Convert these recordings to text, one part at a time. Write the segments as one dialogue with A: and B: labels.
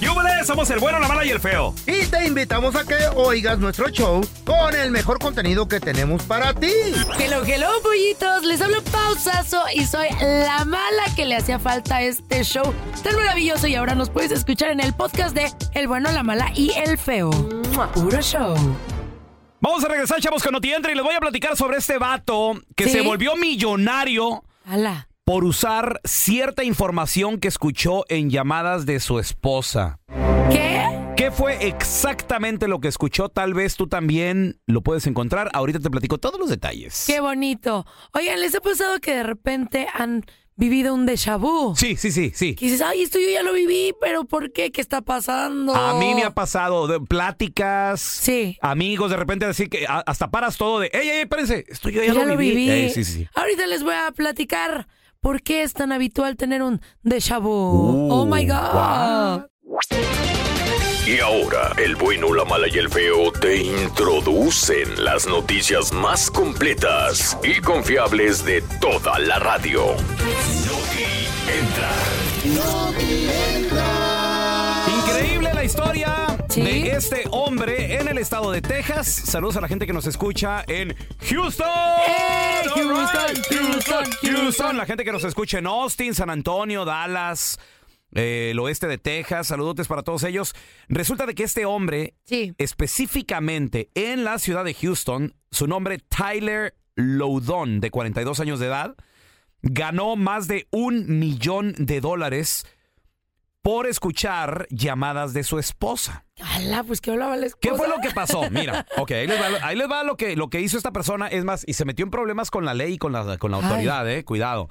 A: ¡Yúbele! Somos el bueno, la mala y el feo.
B: Y te invitamos a que oigas nuestro show con el mejor contenido que tenemos para ti.
C: Hello, hello, pollitos. Les hablo pausazo y soy la mala que le hacía falta a este show tan maravilloso. Y ahora nos puedes escuchar en el podcast de El bueno, la mala y el feo. Puro show.
A: Vamos a regresar, chavos, con Notientra y les voy a platicar sobre este vato que
C: Sí.
A: se volvió millonario
C: Ala.
A: por usar cierta información que escuchó en llamadas de su esposa.
C: ¿Qué?
A: ¿Qué fue exactamente lo que escuchó? Tal vez tú también lo puedes encontrar. Ahorita te platico todos los detalles.
C: Qué bonito. Oigan, ¿les ha pasado que de repente han vivido un déjà vu?
A: Sí, sí, sí, sí.
C: Que dices, ay, esto yo ya lo viví, pero ¿por qué? ¿Qué está pasando?
A: A mí me ha pasado de pláticas,
C: Sí.
A: amigos, de repente decir que a- hasta paras todo de, ¡ey, ey, espérense! Esto yo ya,
C: Ya lo viví.
A: Eh, sí, sí, sí.
C: Ahorita les voy a platicar por qué es tan habitual tener un déjà vu.
A: Uh,
C: oh my God.
D: Y ahora, el bueno, la mala y el feo te introducen las noticias más completas y confiables de toda la radio.
A: Increíble la historia
C: Sí.
A: de este hombre en el estado de Texas. Saludos a la gente que nos escucha en Houston.
C: ¡Eh,
A: All
C: Houston, Houston, Houston!
A: La gente que nos escucha en Austin, San Antonio, Dallas, eh, el oeste de Texas. Saludotes para todos ellos. Resulta de que este hombre,
C: Sí.
A: específicamente en la ciudad de Houston, su nombre Tyler Loudon, de 42 años de edad, ganó más de un millón de dólares por escuchar llamadas de su esposa.
C: Ala, pues que hablaba la esposa.
A: ¿Qué fue lo que pasó? Mira, ok, ahí les va, lo- ahí les va lo, que, lo que hizo esta persona. Es más, y se metió en problemas con la ley y con la, con la
C: Ay.
A: autoridad, eh. Cuidado.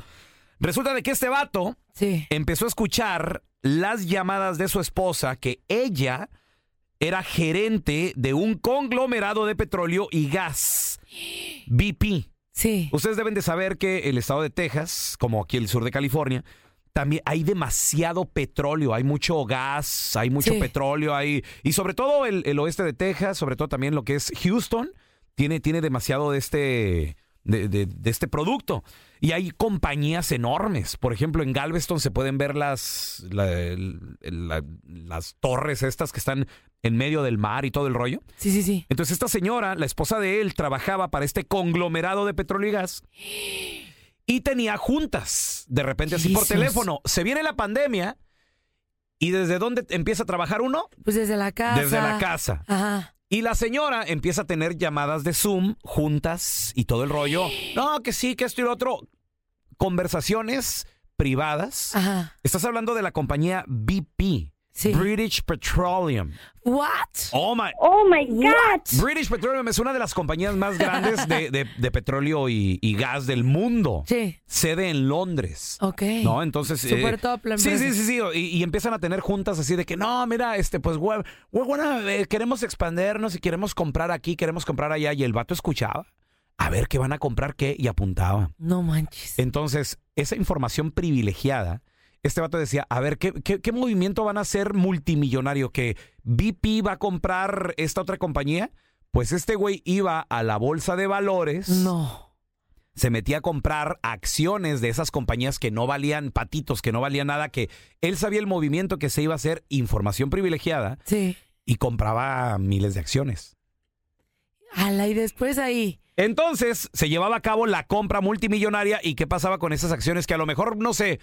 A: Resulta de que este vato
C: Sí.
A: empezó a escuchar las llamadas de su esposa que ella era gerente de un conglomerado de petróleo y gas, BP.
C: Sí.
A: Ustedes deben de saber que el estado de Texas, como aquí el sur de California, también hay demasiado petróleo, hay mucho gas, hay mucho
C: Sí.
A: petróleo, hay y sobre todo el, el oeste de Texas, sobre todo también lo que es Houston, tiene, tiene demasiado de este de, de- de este producto. Y hay compañías enormes. Por ejemplo, en Galveston se pueden ver las, la- el- la- las torres estas que están en medio del mar y todo el rollo.
C: Sí, sí, sí.
A: Entonces esta señora, la esposa de él, trabajaba para este conglomerado de petróleo y gas y tenía juntas de repente así por
C: Jesus.
A: teléfono. Se viene la pandemia y desde dónde empieza a trabajar uno?
C: Pues desde la casa.
A: Desde la casa.
C: Ajá.
A: Y la señora empieza a tener llamadas de Zoom juntas y todo el rollo. No, que sí, que esto y lo otro. Conversaciones privadas.
C: Ajá.
A: Estás hablando de la compañía BP,
C: Ah. Sí.
A: British Petroleum.
C: What?
A: Oh my,
E: Oh my God.
A: British Petroleum es una de las compañías más grandes de, de- de petróleo y, y gas del mundo.
C: Sí.
A: Sede en Londres.
C: Ok.
A: No, entonces. eh,
C: Super top la
A: sí,
C: empresa.
A: sí, sí, sí. Y, y empiezan a tener juntas así de que no, mira, este, pues, we're- we're gonna, eh, queremos expandernos y queremos comprar aquí, queremos comprar allá. Y el vato escuchaba a ver qué van a comprar qué y apuntaba.
C: No manches.
A: Entonces, esa información privilegiada, este vato decía, a ver, ¿qué, qué, qué movimiento van a hacer multimillonario? ¿Que BP va a comprar esta otra compañía? Pues este güey iba a la bolsa de valores,
C: No.
A: se metía a comprar acciones de esas compañías que no valían patitos, que no valían nada, que él sabía el movimiento que se iba a hacer, información privilegiada,
C: Sí.
A: y compraba miles de acciones.
C: Ala, y después ahí.
A: Entonces se llevaba a cabo la compra multimillonaria y qué pasaba con esas acciones que a lo mejor, no sé,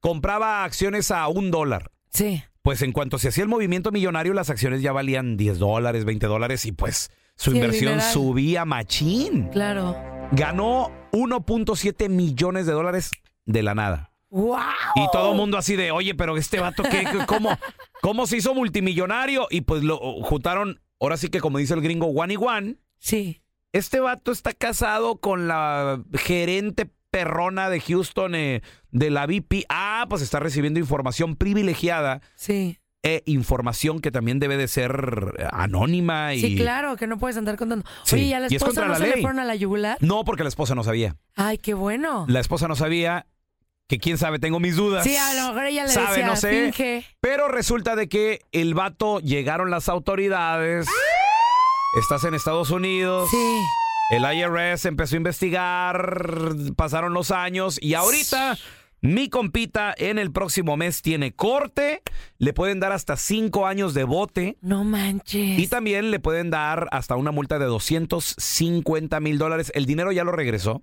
A: compraba acciones a un dólar.
C: Sí.
A: Pues en cuanto se hacía el movimiento millonario, las acciones ya valían 10 dólares, 20 dólares y pues su
C: Sí, el
A: inversión
C: dineral.
A: subía machín.
C: Claro.
A: Ganó 1.7 millones de dólares de la nada.
C: Wow.
A: Y
C: Oh.
A: todo el mundo así de, oye, pero este vato, ¿qué, qué- cómo, ¿cómo se hizo multimillonario? Y pues lo juntaron, ahora sí que como dice el gringo, one y one.
C: Sí.
A: Este vato está casado con la gerente perrona de Houston eh, de la VP. Ah, pues está recibiendo información privilegiada
C: Sí.
A: e información que también debe de ser eh, anónima y
C: Sí, claro, que no puedes andar contando.
A: Sí,
C: Oye, ¿y a la
A: y es
C: esposa
A: contra
C: no
A: la
C: se le
A: ley.
C: fueron a la yugular?
A: no porque la esposa no sabía.
C: Ay, qué bueno.
A: La esposa no sabía que quién sabe, tengo mis dudas.
C: Sí, ah, a lo mejor ella le
A: Sabe,
C: decía,
A: no sé.
C: finge.
A: Pero resulta de que el vato llegaron las autoridades. Estás en Estados Unidos.
C: ¡Ah! Sí.
A: El IRS empezó a investigar, pasaron los años y ahorita Mi compita en el próximo mes tiene corte, le pueden dar hasta cinco años de bote
C: No manches.
A: y también le pueden dar hasta una multa de 250 mil dólares. El dinero ya lo regresó.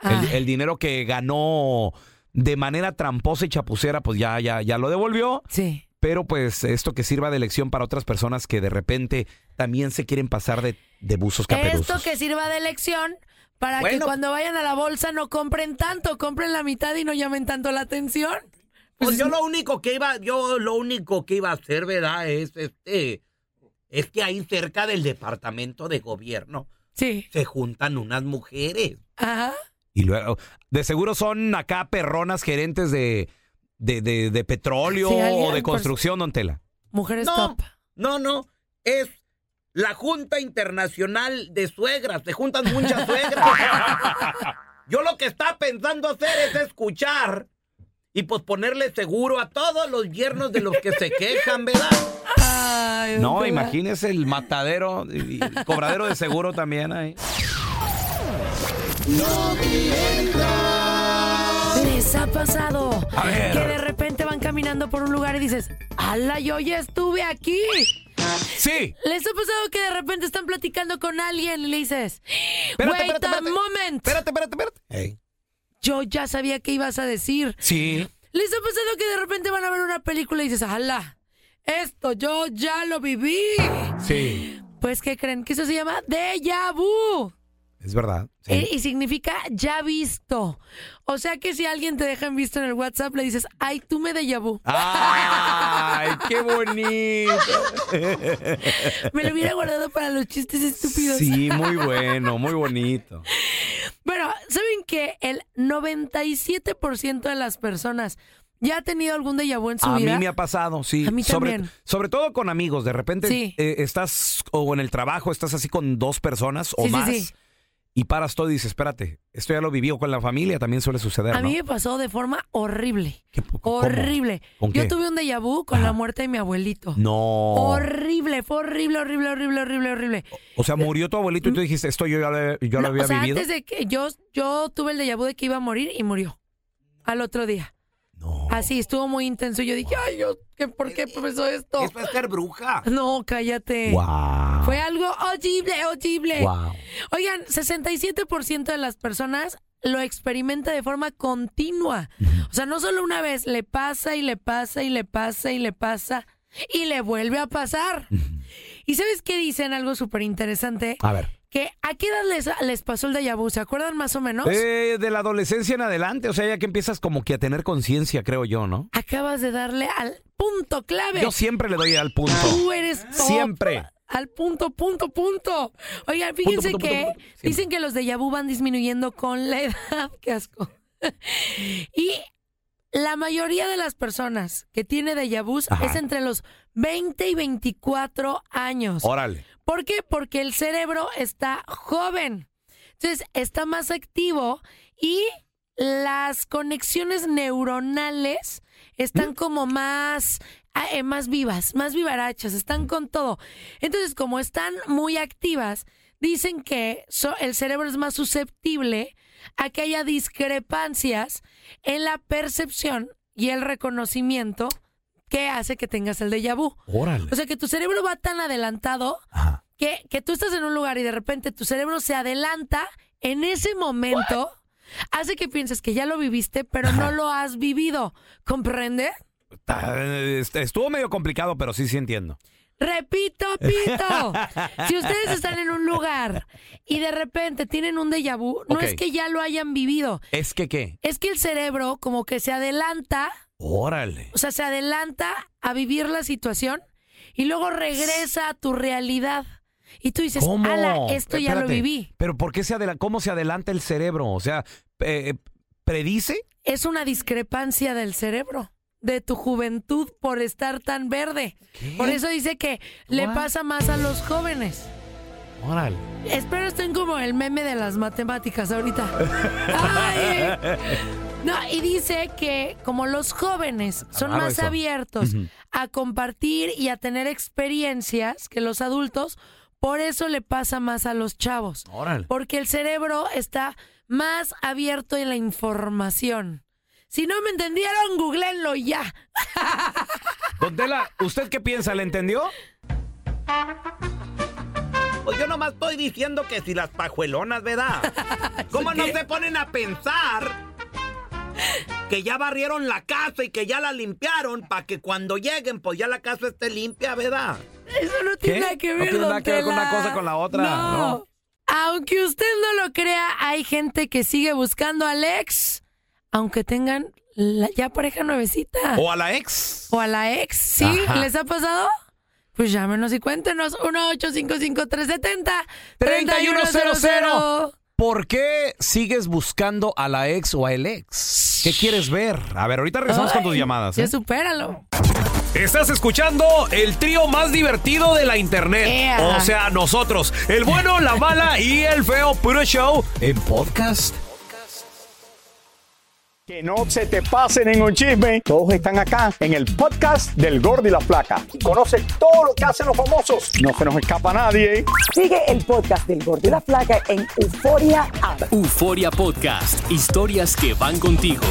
A: El,
C: Ay,
A: el dinero que ganó de manera tramposa y chapucera, pues ya, ya, ya lo devolvió.
C: Sí.
A: Pero pues esto que sirva de lección para otras personas que de repente también se quieren pasar de, de buzos caperuzos.
C: Esto que sirva de lección para que
A: Bueno.
C: cuando vayan a la bolsa no compren tanto, compren la mitad y no llamen tanto la atención.
E: Pues yo lo único que iba, yo lo único que iba a hacer, ¿verdad? Es este, es que ahí cerca del departamento de gobierno
C: Sí.
E: se juntan unas mujeres.
C: Ajá.
A: Y luego, de seguro son acá perronas gerentes de, de, de- de petróleo
C: Sí, alguien,
A: o de
C: pues-
A: construcción, don Tela.
C: Mujeres
E: No,
C: top.
E: no, no, es la Junta Internacional de Suegras, se juntan muchas suegras. Yo lo que estaba pensando hacer es escuchar y pues ponerle seguro a todos los yernos de los que se quejan, ¿verdad?
C: Ay, don
A: No,
C: Tela.
A: imagínese el matadero, y- y el cobradero de seguro también ahí.
C: ¿Les ha pasado
A: A ver.
C: que de repente van caminando por un lugar y dices, ¡Hala, yo ya estuve aquí!
A: Sí,
C: ¿Les ha pasado que de repente están platicando con alguien y le dices,
A: Espérate,
C: ¡Wait
A: espérate,
C: a
A: espérate.
C: moment!
A: espérate, espérate, espérate.
C: Yo ya sabía que ibas a decir.
A: Sí,
C: ¿Les ha pasado que de repente van a ver una película y dices, ¡Hala! Esto yo ya lo viví.
A: sí.
C: Pues, ¿qué creen? Que eso se llama déjà vu.
A: Es verdad. sí.
C: Eh, Y significa ya visto. O sea que si alguien te deja en visto en el WhatsApp, le dices, ay, tú me déjà vu.
A: ¡Ay, qué bonito!
C: Me lo hubiera guardado para los chistes estúpidos.
A: Sí, muy bueno, muy bonito.
C: Bueno, ¿saben que el 97% de las personas ya ha tenido algún déjà vu en su
A: A
C: vida?
A: mí me ha pasado, sí.
C: A mí
A: sobre,
C: también.
A: Sobre todo con amigos. De repente
C: Sí.
A: eh, estás o en el trabajo, estás así con dos personas o
C: Sí, sí,
A: más.
C: sí.
A: Y paras todo y dices, espérate, esto ya lo viví o con la familia, también suele suceder,
C: A
A: ¿no?
C: mí me pasó de forma horrible.
A: ¿Qué- cómo?
C: Horrible.
A: ¿Con
C: Yo
A: qué?
C: tuve un déjà vu con
A: Ajá.
C: la muerte de mi abuelito.
A: No.
C: Horrible, fue horrible, horrible, horrible, horrible, horrible.
A: O sea, murió tu abuelito y tú dijiste, esto yo ya lo, yo lo
C: No,
A: había
C: o sea,
A: vivido.
C: antes de que yo, yo tuve el déjà vu de que iba a morir y murió. Al otro día.
A: No.
C: Así, estuvo muy intenso. y Yo dije, ay, Dios, ¿qué- ¿por qué pasó esto?
E: Eso es ser bruja.
C: No, cállate.
A: Wow.
C: Fue algo horrible, horrible.
A: Wow.
C: Oigan, 67% de las personas lo experimenta de forma continua. O sea, no solo una vez, le pasa y le pasa y le pasa y le pasa y le vuelve a pasar. ¿Y sabes qué dicen? Algo súper interesante.
A: A ver.
C: Que a qué edad les, les pasó el déjà vu, ¿se acuerdan más o menos?
A: Eh, de la adolescencia en adelante, o sea, ya que empiezas como que a tener conciencia, creo yo, ¿no?
C: Acabas de darle al punto clave.
A: Yo siempre le doy al punto.
C: Tú eres top.
A: Siempre.
C: Al punto, punto, punto. Oigan, fíjense
A: punto, punto,
C: que
A: punto. Siempre.
C: dicen que los de vu van disminuyendo con la edad. Qué asco. y la mayoría de las personas que tiene de vus
A: Ajá.
C: es entre los 20 y 24 años.
A: Órale.
C: ¿Por qué? Porque el cerebro está joven. Entonces, está más activo y las conexiones neuronales están como más, ah, eh, más vivas, más vivarachas, están con todo. Entonces, como están muy activas, dicen que so- el cerebro es más susceptible a que haya discrepancias en la percepción y el reconocimiento que hace que tengas el déjà vu.
A: Órale.
C: O sea, que tu cerebro va tan adelantado
A: Ajá.
C: que, que tú estás en un lugar y de repente tu cerebro se adelanta en ese momento, hace que pienses que ya lo viviste, pero no lo has vivido. ¿Comprende?
A: Ta- est- Estuvo medio complicado, pero sí, sí entiendo.
C: Repito, pito. si ustedes están en un lugar y de repente tienen un déjà vu, no
A: Ok.
C: es que ya lo hayan vivido,
A: ¿Es que qué?
C: es que el cerebro como que se adelanta
A: Órale.
C: O sea, se adelanta a vivir la situación y luego regresa a tu realidad. Y tú dices,
A: ¿Cómo?
C: ala, esto ya lo
A: Espérate,
C: viví.
A: Pero ¿por qué se adela- ¿Cómo se adelanta el cerebro? O sea, eh, ¿predice?
C: Es una discrepancia del cerebro, de tu juventud por estar tan verde. Por eso dice que le
A: What?
C: pasa más a los jóvenes.
A: Órale.
C: Espero estén como el meme de las matemáticas ahorita. Ay. No, y dice que como los jóvenes son
A: raro
C: más
A: eso.
C: abiertos a compartir y a tener experiencias que los adultos, por eso le pasa más a los chavos.
A: Órale.
C: Porque el cerebro está más abierto en la información. Si no me entendieron, googleenlo ya.
A: Don Tela, ¿usted qué piensa? ¿Le entendió?
F: Pues yo nomás estoy diciendo que si las pajuelonas, ¿verdad? ¿Cómo no se ponen a pensar que ya barrieron la casa y que ya la limpiaron para que cuando lleguen, pues ya la casa esté limpia, ¿verdad?
C: Eso no tiene
A: ¿Qué?
C: nada que
A: No
C: ver,
A: tiene
C: don
A: nada que ver con
C: Tela.
A: una cosa con la otra,
C: No.
A: no.
C: Aunque usted no lo crea, hay gente que sigue buscando al ex, aunque tengan la- ya pareja nuevecita.
A: ¿O a la ex?
C: O a la ex, ¿sí?
A: Ajá.
C: ¿Les ha pasado? Pues llámenos y cuéntenos. 1-855-370-3100.
A: ¿Por qué sigues buscando a la ex o a el ex? ¿Qué quieres ver? A ver, ahorita regresamos con tus
C: Ay,
A: llamadas. ¿eh?
C: Ya supéralo.
A: Estás escuchando el trío más divertido de la internet.
C: Ea.
A: O sea, nosotros, el bueno, la mala y el feo puro show en podcast.
G: Que no se te pase ningún chisme. Todos están acá en el podcast del Gordi y la Flaca. Y conoce todo lo que hacen los famosos. No se nos escapa nadie.
H: Sigue el podcast del Gordo y la Flaca en Euforia App.
I: Euforia Podcast, historias que van contigo.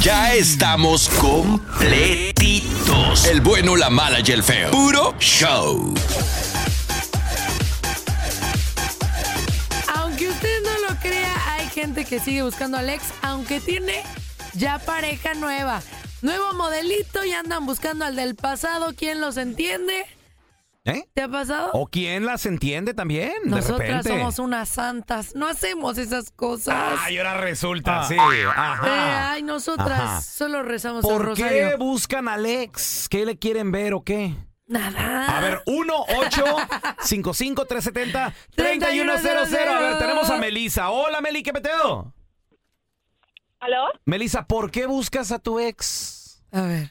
J: Ya estamos completitos. El bueno, la mala y el feo. Puro show.
C: Aunque usted no lo crea, hay gente que sigue buscando al ex, aunque tiene ya pareja nueva. Nuevo modelito y andan buscando al del pasado. ¿Quién los entiende?
A: ¿Eh?
C: ¿Te ha pasado?
A: ¿O quién las entiende también? de
C: Nosotras
A: repente?
C: somos unas santas. No hacemos esas cosas.
A: Ay, ahora resulta, sí.
C: Eh,
A: Ajá.
C: ay, nosotras
A: Ajá.
C: solo rezamos el
A: ¿Por
C: rosario.
A: qué buscan al ex? ¿Qué le quieren ver o qué?
C: Nada.
A: A ver, 1 8 55 370 3100 A ver, tenemos a Melisa. Hola, Meli, ¿qué peteo?
K: ¿Aló?
A: Melisa, ¿por qué buscas a tu ex?
C: A ver.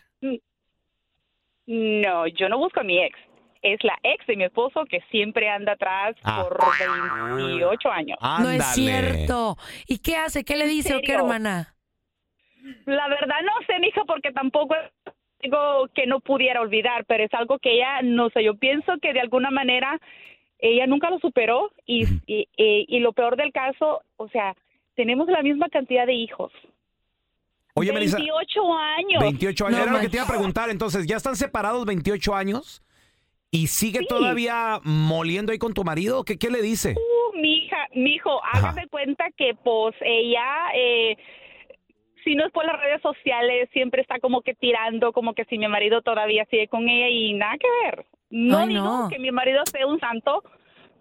K: No, yo no busco a mi ex. Es la ex de mi esposo que siempre anda atrás
A: Ah.
K: por 28 años.
C: No es
A: Ándale.
C: cierto. ¿Y qué hace? ¿Qué le dice o qué,
K: serio?
C: hermana?
K: La verdad no sé, mija, porque tampoco es algo que no pudiera olvidar, pero es algo que ella, no sé, yo pienso que de alguna manera ella nunca lo superó y, y, y- y lo peor del caso, o sea, tenemos la misma cantidad de hijos.
A: Oye, Melisa,
K: 28 años.
A: 28 años.
C: No
A: Era lo que te iba a
C: manches.
A: preguntar. Entonces, ¿ya están separados 28 años? ¿Y sigue todavía moliendo ahí con tu marido? ¿Qué, qué le dice?
K: Uh, mija, mijo, hágase cuenta que pues ella, eh, si no es por las redes sociales, siempre está como que tirando, como que si mi marido todavía sigue con ella y nada que ver. No
C: Ay,
K: digo
C: no.
K: que mi marido sea un santo,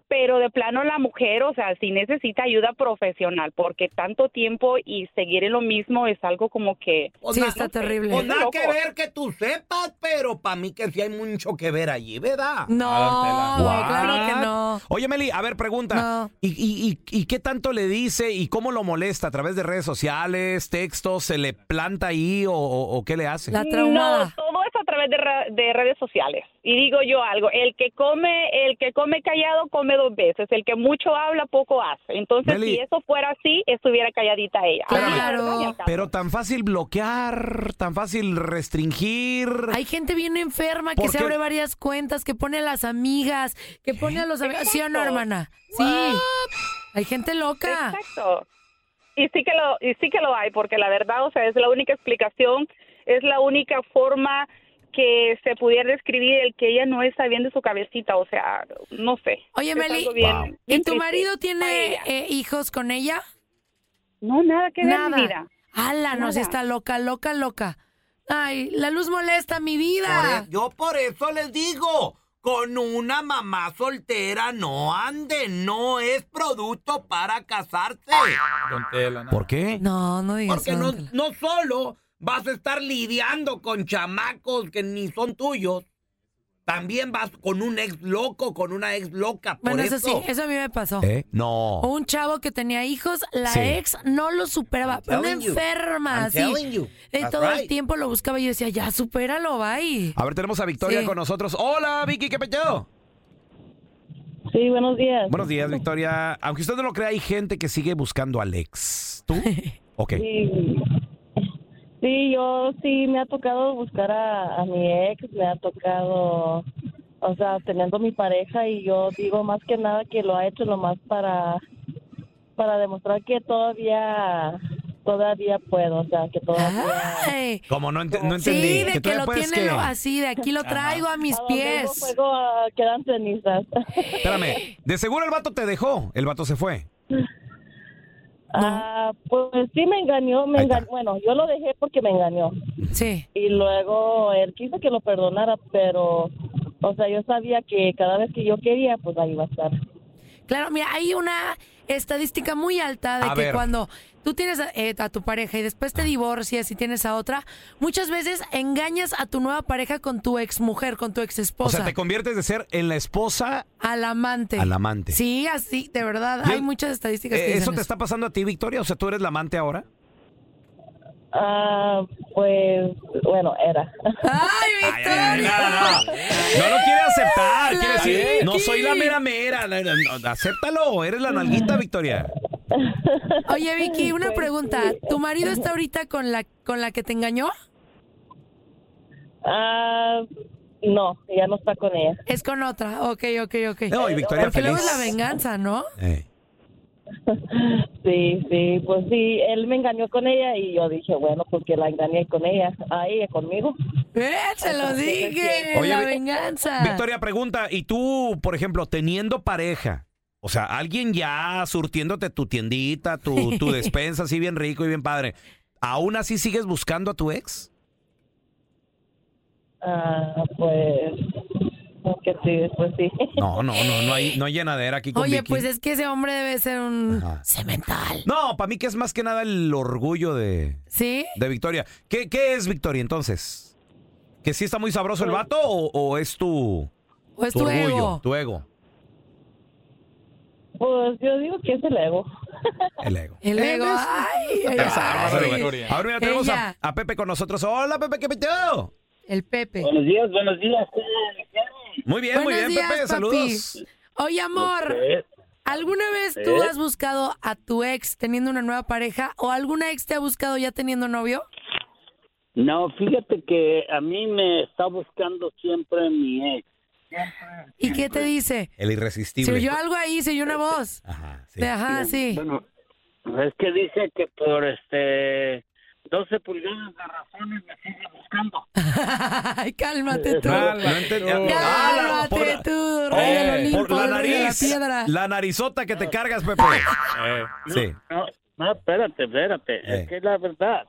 K: pero de plano la mujer, o sea, sí necesita ayuda profesional, porque tanto tiempo y seguir en lo mismo es algo como que...
F: Pues
C: Sí,
F: na-
C: está
K: no sé,
C: terrible.
F: Pues
K: Bien
F: nada
K: loco.
F: que ver que tú sepas, pero para mí que sí hay mucho que ver allí, ¿verdad?
C: No,
A: What?
C: claro que no.
A: Oye, Meli, a ver, pregunta.
C: No.
A: ¿Y, y, y- y qué tanto le dice y cómo lo molesta? ¿A través de redes sociales, textos? ¿Se le planta ahí o, o- o qué le hace?
C: La
K: No,
C: traumada.
K: todo es a través de, ra- de redes sociales. Y digo yo algo, el que come, el que come callado come dos veces, el que mucho habla poco hace. Entonces,
A: Meli.
K: si eso fuera así, estuviera calladita ella. A mí, la
C: Claro.
K: verdad, ni al caso.
A: Pero tan fácil bloquear, tan fácil restringir.
C: Hay gente bien enferma que
A: ¿Por
C: se
A: qué?
C: abre varias cuentas, que pone a las amigas, que pone a los amigos. ¿Sí o no, hermana? Sí. Hay gente loca.
K: Exacto. Y sí que lo y sí que lo hay porque la verdad, o sea, es la única explicación, es la única forma que se pudiera describir el que ella no está bien de su cabecita, o sea, no sé.
C: Oye,
K: Es
C: Meli,
K: algo bien- bien
C: ¿y tu
K: triste
C: marido
K: para
C: tiene
K: ella.
C: eh, hijos con ella?
K: No, nada que ver, mi vida.
C: Nada. Ala, no, sí
K: Nada.
C: está loca, loca, loca. Ay, la luz molesta mi
F: Por
C: vida.
F: e- yo por eso les digo, con una mamá soltera no ande, no es producto para casarse.
A: ¿Por qué?
C: No, no digas
F: Porque
C: eso,
F: no,
C: don Tela.
F: no solo vas a estar lidiando con chamacos que ni son tuyos, también vas con un ex loco, con una ex loca. Por
C: Bueno, eso,
F: eso,
C: sí, eso a mí me pasó.
A: ¿Eh? No.
C: O un chavo que tenía hijos, la
A: Sí.
C: ex no lo superaba.
F: I'm
C: Una
F: telling you.
C: enferma,
F: I'm
C: así.
F: telling you.
C: Eh,
F: That's
C: todo el
F: right.
C: tiempo lo buscaba y yo decía, ya, supéralo, bye.
A: A ver, tenemos a Victoria
C: Sí.
A: con nosotros. Hola, Vicky, ¿qué pecho?
K: Sí, buenos días.
A: Buenos días, Victoria. Aunque usted no lo crea, hay gente que sigue buscando a Alex. ¿Tú? Ok.
K: Sí. Sí, yo sí me ha tocado buscar a, a mi ex, me ha tocado, o sea, teniendo mi pareja y yo digo más que nada que lo ha hecho lo más para, para demostrar que todavía
L: todavía puedo, o sea, que
C: Ah,
L: todavía...
C: Ay.
A: Como no, ent- no entendí.
C: Sí, de que
A: todavía
C: lo
A: puedes
C: tiene
A: que-
C: lo- así, de aquí lo traigo a mis pies.
M: pues,
L: Luego ah, quedan cenizas.
A: Espérame, de seguro el vato te dejó, el vato se fue.
L: Ah, pues sí me engañó, me engañó. Bueno, yo lo dejé porque me engañó.
C: Sí.
L: Y luego él quiso que lo perdonara, pero, o sea, yo sabía que cada vez que yo quería, pues ahí iba a estar.
C: Claro, mira, hay una estadística muy alta de
L: A
C: que
L: ver.
C: cuando tú tienes a, eh, a tu pareja y después
A: Ah.
C: te divorcias y tienes a otra, muchas veces engañas a tu nueva pareja con tu ex mujer, con tu ex
A: O
C: esposa,
A: sea, te conviertes de ser en la esposa
C: al amante.
A: al amante.
C: Sí, así, de verdad,
A: Y
C: hay
A: el-
C: muchas
A: Eh,
C: estadísticas que dicen
A: ¿Eso te está pasando a ti, Victoria? O sea, ¿tú eres la amante ahora?
L: Ah, pues, bueno, era.
A: No lo quiere aceptar,
L: La
A: quiere decir,
L: Vicky.
A: no soy la mera mera. la- la- no, Acéptalo, eres la nalguita, Victoria.
C: Oye, Vicky, una pregunta. ¿Tu marido está ahorita con la con la que te engañó?
L: Ah, no, ya no está con ella.
C: Es con otra. Ok, ok, ok.
L: No, y Victoria
C: Porque luego es
L: feliz.
C: la venganza, ¿no?
L: Sí, sí, pues sí, él me engañó con ella y yo dije, bueno, porque la engañé con ella, a ella conmigo.
C: ¡Eh, se lo dije!
A: Oye,
C: la
A: Vi-
C: venganza.
A: Ah. Victoria pregunta, ¿y tú, por ejemplo, teniendo pareja? O sea, alguien ya surtiéndote tu tiendita, tu, tu despensa así bien rico y bien padre, ¿aún así sigues buscando a tu ex?
L: Ah, pues, que sí, pues sí.
A: No, no, no, no hay, no hay llenadera aquí con
C: Oye,
A: Vicky.
C: pues es que ese hombre debe ser un
A: Ajá.
C: cemental.
A: No, para mí que es más que nada el orgullo de,
C: ¿Sí?
A: de Victoria. ¿Qué, qué es Victoria entonces? ¿Que sí está muy sabroso el vato o, o es tu,
C: ¿O es Pues tu
A: orgullo,
C: ego?
A: tu ego?
L: Pues yo digo que es el ego.
A: El ego.
C: El ego.
A: pues,
C: Ay, ay,
A: Está
C: ay.
A: sabroso, güey. Ahora mira, tenemos a,
C: Ella.
A: a Pepe con nosotros. Hola, Pepe, ¿qué peteo?
C: El Pepe.
M: Buenos días, buenos días.
A: Muy bien, muy
C: Buenos
A: bien,
C: días,
A: Pepe.
C: papi.
A: Saludos.
C: Oye, amor,
M: Eh,
C: ¿alguna vez tú
M: ¿Eh?
C: has buscado a tu ex teniendo una nueva pareja o alguna ex te ha buscado ya teniendo novio?
M: No, fíjate que a mí me está buscando siempre mi ex.
C: ¿Y qué te dice?
A: El
C: Se
A: irresistible.
C: oyó algo ahí, se oyó una voz.
A: Ajá,
C: sí. Ajá, sí.
M: Bueno, es que dice que por este 12 pulgadas de razones me sigue buscando.
C: Ay, cálmate tú.
A: No, no entendí. Ah, la-
C: Cálmate
A: por-
C: tú, rey del
A: Eh,
C: Olimpo,
A: por la
C: rey de
A: nariz.
C: la piedra.
A: La narizota que te cargas, Pepe. Eh, Sí.
M: No, no, espérate, espérate.
A: Eh.
M: Es que la verdad,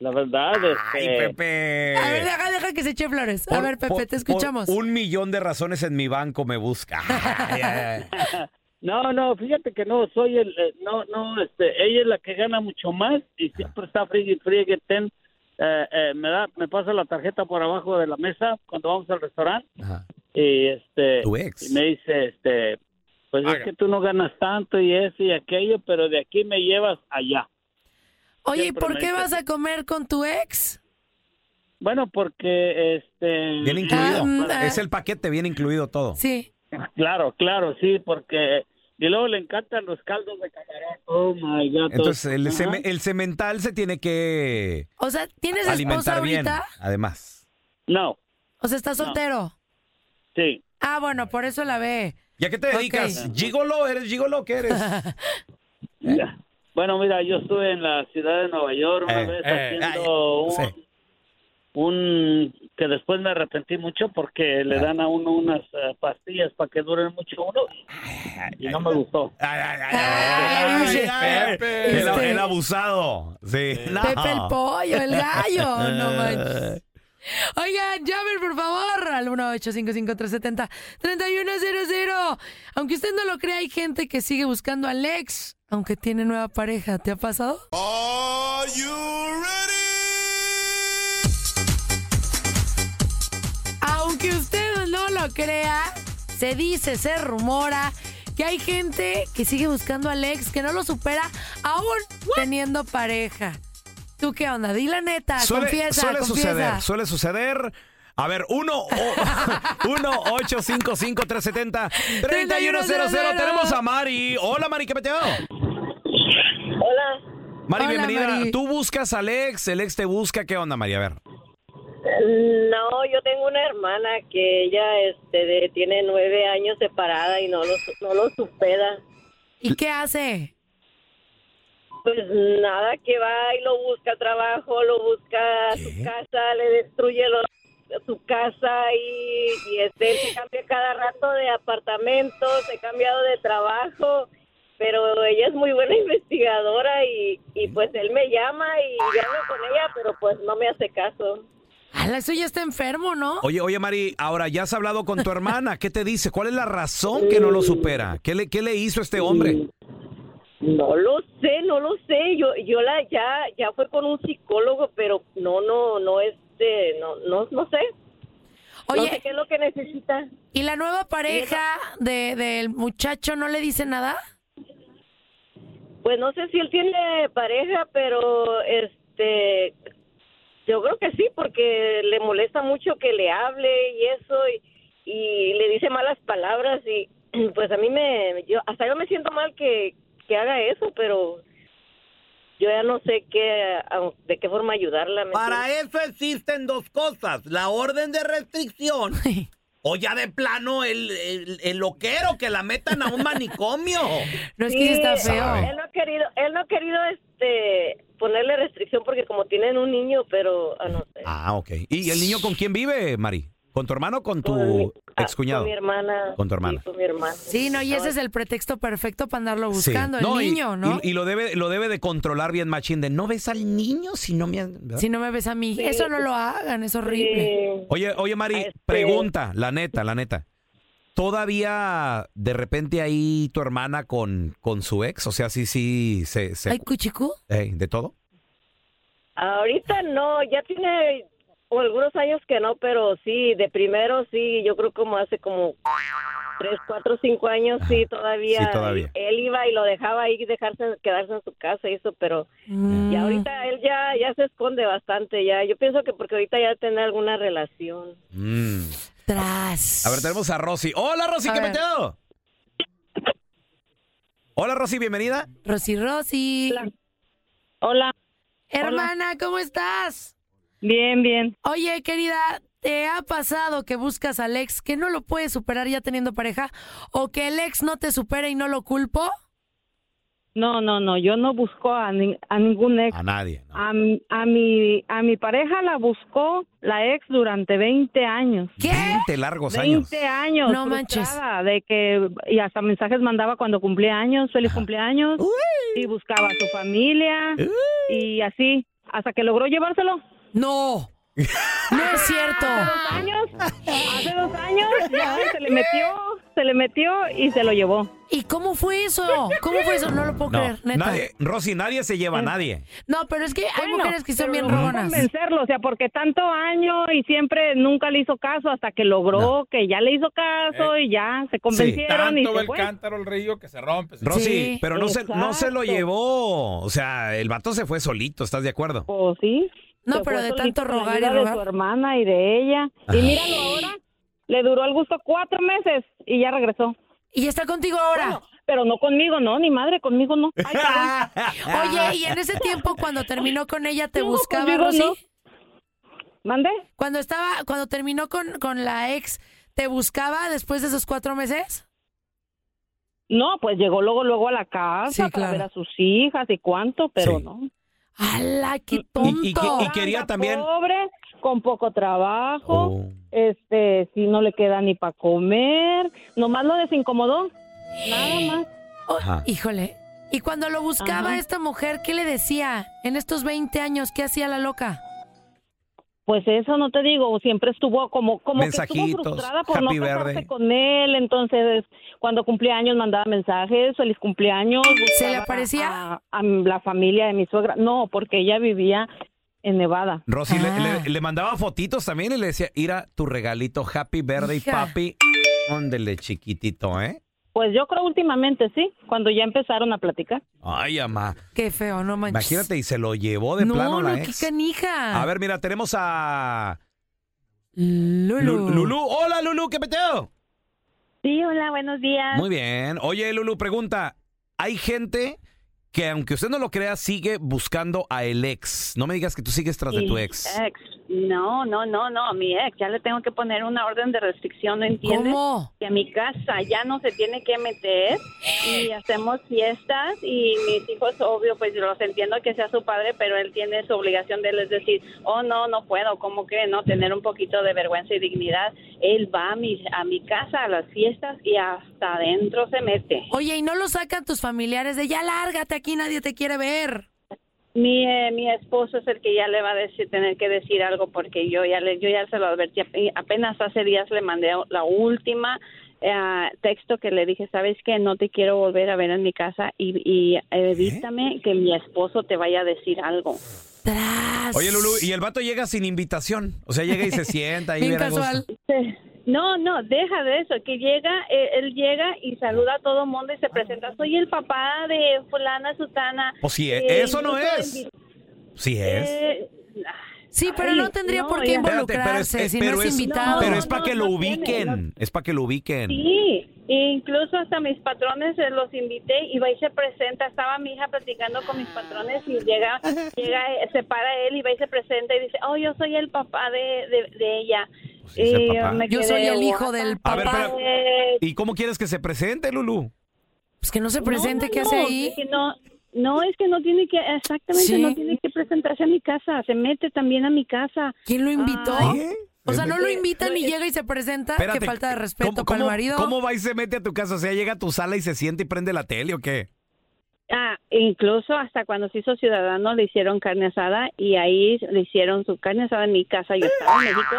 M: la verdad este, es
A: Ay,
M: que...
A: Pepe.
C: A ver, deja, deja que se eche flores. A
A: Eh. Por-
C: ver, Pepe,
A: por-
C: te escuchamos.
A: por un millón de razones en mi banco me busca. Ay, ay, ay.
M: No, no, fíjate que no, soy el, eh, no, no, este, ella es la que gana mucho más y siempre está friegue y friegue, ten, eh, eh, me da, me pasa la tarjeta por abajo de la mesa cuando vamos al restaurante y este,
A: Tu ex.
M: y me dice, este, pues es que tú no ganas tanto y eso y aquello, pero de aquí me llevas allá.
C: Oye, ¿y
M: siempre
C: por
M: me
C: qué
M: dice-
C: vas a comer con tu ex?
M: Bueno, porque este,
A: Bien incluido. es el paquete, bien incluido todo.
C: Sí.
M: claro, claro, sí, porque y luego le encantan los caldos de camarón. Oh my God.
A: Entonces, el, E
M: Ajá.
A: seme- el semental se tiene que
C: O sea, ¿tienes esposa
A: alimentar bien,
C: ahorita?
A: además.
M: No,
C: O sea, ¿estás soltero?
M: sí.
C: Ah, bueno, por eso la ve.
A: ¿Y a qué te
C: Ok.
A: dedicas? ¿Gigolo? ¿Eres gigolo? ¿Qué eres? ¿Eh?
M: Ya. Bueno, mira, yo estuve en la ciudad de Nueva York una
A: Eh,
M: vez
A: eh,
M: haciendo un,
A: sí.
M: un- que después me arrepentí mucho porque
A: Ah.
M: le dan a uno unas eh, pastillas para que duren mucho uno y no me gustó.
A: Ay,
M: ay,
A: Pepe. el,
M: Este-
A: el abusado. Sí. No.
C: Pepe el pollo, el gallo. No manches. Oigan, llamen por favor al 1-855-370-3100. Aunque usted no lo crea, hay gente que sigue buscando al ex, aunque tiene nueva pareja. ¿Te ha pasado? Aunque usted no lo crea, se dice, se rumora que hay gente que sigue buscando al ex que no lo supera aún teniendo pareja. ¿Tú qué onda? Di la neta,
A: Suele,
C: Ah, confiesa,
A: suele
C: confiesa.
A: suceder, suele suceder. A ver, 1 855 370 3100 Tenemos a Mari. Hola, Mari, ¿qué peteo?
K: Hola,
A: Mari,
K: Hola,
A: bienvenida.
K: Mari.
A: Tú buscas al ex, el ex te busca. ¿Qué onda, Mari? A ver.
K: no, yo tengo una hermana que ella este, de- tiene nueve años separada y no lo, su- no lo supera.
C: ¿Y qué hace?
K: Pues nada, que va y lo busca trabajo, lo busca a su casa, le destruye lo- su casa y, y este, él se cambia cada rato de apartamento, se ha cambiado de trabajo, pero ella es muy buena investigadora y, y pues él me llama y yo hablo con ella, pero pues no me hace caso.
C: Ala, eso ya Ah, está enfermo, ¿no?
A: Oye, oye, Mari, ahora ya has hablado con tu hermana. ¿Qué te dice? ¿Cuál es la razón que no lo supera? ¿Qué le, qué le hizo este hombre?
K: No lo sé, no lo sé. Yo yo la ya ya fue con un psicólogo, pero no no no este no no no sé.
C: Oye,
K: no sé qué es lo que necesita.
C: ¿Y la nueva pareja de, del muchacho no le dice nada?
K: Pues no sé si él tiene pareja, pero este yo creo que sí porque le molesta mucho que le hable y eso y, y le dice malas palabras y pues a mí me yo hasta yo me siento mal que que haga eso, pero yo ya no sé qué a- de qué forma ayudarla. ¿me
E: Para
K: entiendes?
E: eso existen dos cosas, la orden de restricción o ya de plano el, el, el loquero que la metan a un manicomio.
K: Sí, Él no ha querido, él no ha querido este ponerle restricción porque como tienen un niño, pero ah, no sé,
A: Ah, ok. ¿Y el niño con quién vive, Mari? ¿Con tu hermano o con tu excuñado?
K: con mi hermana.
A: Con tu hermana.
K: sí, con mi hermana.
C: Sí, no, y ese es el pretexto perfecto para andarlo
A: Sí.
C: buscando,
A: No,
C: el
A: y-
C: niño, ¿no?
A: Y, y lo debe lo debe de controlar bien machín de no ves al niño si no me... han- ¿verdad?
C: si no me ves a mí,
K: Sí.
C: eso no lo hagan, es horrible.
A: Oye, oye, Mari, pregunta, la neta, la neta. ¿Todavía de repente ahí tu hermana con, con su ex? O sea, sí, sí, se... se
C: ¿Hay cuchicú?
A: Ey, ¿De todo?
K: Ahorita no, ya tiene algunos años que no, pero sí, de primero sí, yo creo como hace como tres, cuatro, cinco
A: Ah.
K: años sí todavía,
A: sí, todavía.
K: él iba y lo dejaba ahí dejarse quedarse en su casa y eso, pero
C: Mm,
K: y ahorita él ya ya se esconde bastante ya. Yo pienso que porque ahorita ya tiene alguna relación.
C: Tras.
A: Mm. A ver, tenemos a Rosy. Hola, Rosy,
K: A
A: ¿qué
K: ver.
A: meteo? Hola, Rosy, bienvenida.
C: Rosy, Rosy.
K: Hola.
C: Hermana, ¿cómo estás?
K: Bien, bien.
C: Oye, querida, ¿te ha pasado que buscas al ex que no lo puedes superar ya teniendo pareja? ¿O que el ex no te supera y no lo culpo?
N: No, no, no, yo no busco a, ni- a ningún ex.
A: A nadie.
N: A, mi- a mi, a mi pareja la buscó la ex durante 20 años.
A: ¿Qué? 20 largos años.
N: 20 años.
C: No manches.
N: frustrada De que, y hasta mensajes mandaba cuando cumplía años, feliz cumpleaños. Y buscaba a su familia. Y así, hasta que logró llevárselo.
C: No. No es cierto.
N: Hace dos años ya se le metió, se le metió y se lo llevó.
C: ¿Y cómo fue eso? ¿Cómo fue eso? No lo puedo
A: No,
C: creer, neta.
A: nadie, Rosy, nadie se lleva a nadie.
C: No, pero es que hay
N: Bueno,
C: mujeres que son
N: pero
C: bien
N: logró
C: rogonas.
N: convencerlo, o sea, porque tanto año y siempre nunca le hizo caso hasta que logró que ya le hizo caso
A: Eh,
N: y ya se convencieron y
O: Tanto
N: se
O: va el
N: fue.
O: cántaro al río que se rompe.
A: Rosy, pero no se, no se lo llevó. O sea, el vato se fue solito, ¿estás de acuerdo?
N: Pues sí.
C: No,
N: Se
C: pero
N: fue
C: de
N: solito
C: tanto
N: con la
C: rogar y
N: ayuda de
C: rogar.
N: su hermana y de ella. Y míralo ahora, le duró al gusto cuatro meses y ya regresó.
C: ¿Y está contigo ahora?
N: pero no conmigo, no, ni madre, conmigo no.
A: Eh.
N: Ay, perdón.
C: Oye, y en ese tiempo cuando terminó con ella te
N: No,
C: buscaba,
N: conmigo
C: Rosy?
N: no. ¿Mande?
C: Cuando estaba, cuando terminó con, con la ex, ¿te buscaba después de esos cuatro meses?
N: No, pues llegó luego luego a la casa
C: Sí,
N: para
C: claro.
N: ver a sus hijas y cuánto, pero
A: Sí.
N: no.
C: ¡Hala, qué
A: tonto! y que- y quería también-
N: Pobre, con poco trabajo,
A: Oh.
N: este, si no le queda ni para comer, nomás lo desincomodó. Nada más.
A: Ajá.
C: Oh, Híjole. Y cuando lo buscaba
N: Ajá.
C: esta mujer, ¿qué le decía? En estos 20 años, ¿qué hacía la loca?
N: Pues eso no te digo, siempre estuvo como como que estuvo
A: Mensajitos,
N: frustrada por no
A: happy
N: casarse
A: verde.
N: con él, entonces cuando cumplía años mandaba mensajes, feliz cumpleaños.
C: ¿Se le
N: buscaba
C: aparecía?
N: A, a la familia de mi suegra, no, porque ella vivía en Nevada.
A: Rosy le-
C: Ah.
A: le, le mandaba fotitos también y le decía, ira tu regalito, happy verde y
N: Hija.
A: papi. Óndele, chiquitito, ¿eh?
N: Pues yo creo últimamente sí, cuando ya empezaron a platicar.
A: Ay, mamá.
C: Qué feo, no manches.
A: Imagínate, y se lo llevó de
C: no,
A: plano la
C: no, qué
A: ex.
C: canija.
A: A ver, mira, tenemos a...
C: Lulu.
A: Lu- Lulú. Hola, Lulu, ¿qué peteo?
H: Sí, hola, buenos días.
A: Muy bien. Oye, Lulu, pregunta. Hay gente que aunque usted no lo crea, sigue buscando a el ex. No me digas que tú sigues tras de tu
K: Y-
A: ex.
K: ex. No, no, no, no, a mi ex. Ya le tengo que poner una orden de restricción, ¿no entiendes?
C: ¿Cómo?
K: Que a mi casa ya no se tiene que meter y hacemos fiestas y mis hijos, obvio, pues los entiendo que sea su padre, pero él tiene su obligación de les decir, oh, no, no puedo, ¿cómo que no? Tener un poquito de vergüenza y dignidad. Él va a mi, a mi casa, a las fiestas y hasta adentro se mete.
C: Oye, ¿y no lo sacan tus familiares de ya lárgate aquí, nadie te quiere ver?
K: Mi, eh, mi esposo es el que ya le va a decir, tener que decir algo porque yo ya le, yo ya se lo advertí. Ape- Apenas hace días le mandé la última eh, texto que le dije, sabes que no te quiero volver a ver en mi casa y, y evítame que mi esposo te vaya a decir algo.
A: Oye, Lulu, y el vato llega sin invitación. O sea, llega y se sienta. ahí bien a gusto.
K: Sí. No, no, deja de eso, que llega, eh, él llega y saluda a todo mundo y se presenta, soy el papá de fulana, sutana.
A: Pues sí, eh, eso no
K: incluso
A: es.
K: invi-
A: Sí es.
C: Eh, Sí, pero no tendría por qué
A: Espérate,
C: involucrarse si no
A: pero
C: es invitado.
A: Pero es para
K: No,
A: que
K: no,
A: lo
K: no tiene,
A: ubiquen. Es para que lo ubiquen.
K: Sí, incluso hasta mis patrones eh, los invité y va y se presenta. Estaba mi hija platicando con mis patrones y llega, llega eh, se para él y va y se presenta y dice, oh, yo soy el papá de, de, de ella.
A: Pues es el
K: Y,
A: papá.
K: eh, me
C: Yo
K: quedé,
C: soy el hijo
K: "What?".
C: del
A: A ver,
C: papá.
K: Eh,
A: ¿Y cómo quieres que se presente, Lulu?
C: Pues que no se
K: no,
C: presente,
K: no,
C: ¿qué hace
K: no,
C: ahí?
K: es que no, no, es que no tiene que, exactamente,
C: Sí.
K: no tiene que presentarse a mi casa. Se mete también a mi casa.
C: ¿Quién lo invitó? ¿Ah? O sea, no lo
K: Eh,
C: invitan y
K: eh,
C: llega y se presenta.
A: Espérate,
C: Qué falta de respeto
A: ¿Cómo,
C: para el
A: cómo-
C: marido.
A: ¿Cómo va y se mete a tu casa? O sea, llega a tu sala y se siente y prende la tele o qué?
K: Ah, incluso hasta cuando se hizo ciudadano le hicieron carne asada y ahí le hicieron su carne asada en mi casa. Yo estaba en México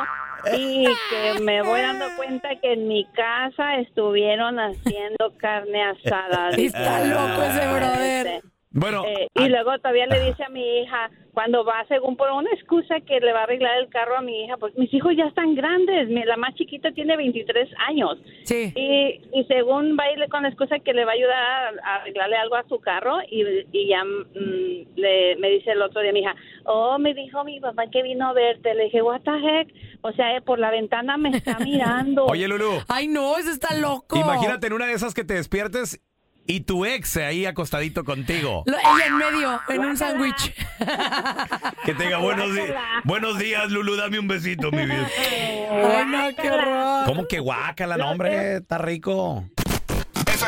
K: y que me voy dando cuenta que en mi casa estuvieron haciendo carne asada.
C: Está loco ese brother.
A: Bueno,
K: Eh, y luego todavía le dice a mi hija, cuando va, según por una excusa que le va a arreglar el carro a mi hija, porque mis hijos ya están grandes, mi- la más chiquita tiene 23 años.
C: Sí.
K: Y, y según va a irle con la excusa que le va a ayudar a, a arreglarle algo a su carro, y, y ya mm, le, me dice el otro día mi hija, oh, me dijo mi papá que vino a verte, le dije, what the heck, o sea, eh, por la ventana me está mirando.
A: Oye, Lulu,
C: Ay, no, ese está loco.
A: imagínate en una de esas que te despiertes y tu ex ahí acostadito contigo.
C: Lo- ella en medio, en un sándwich.
A: Que te diga, buenos, di- buenos días, Lulu, dame un besito, mi vida.
C: Ay, no, qué horror.
A: ¿Cómo que guácala, no, hombre? Está rico.
D: Eso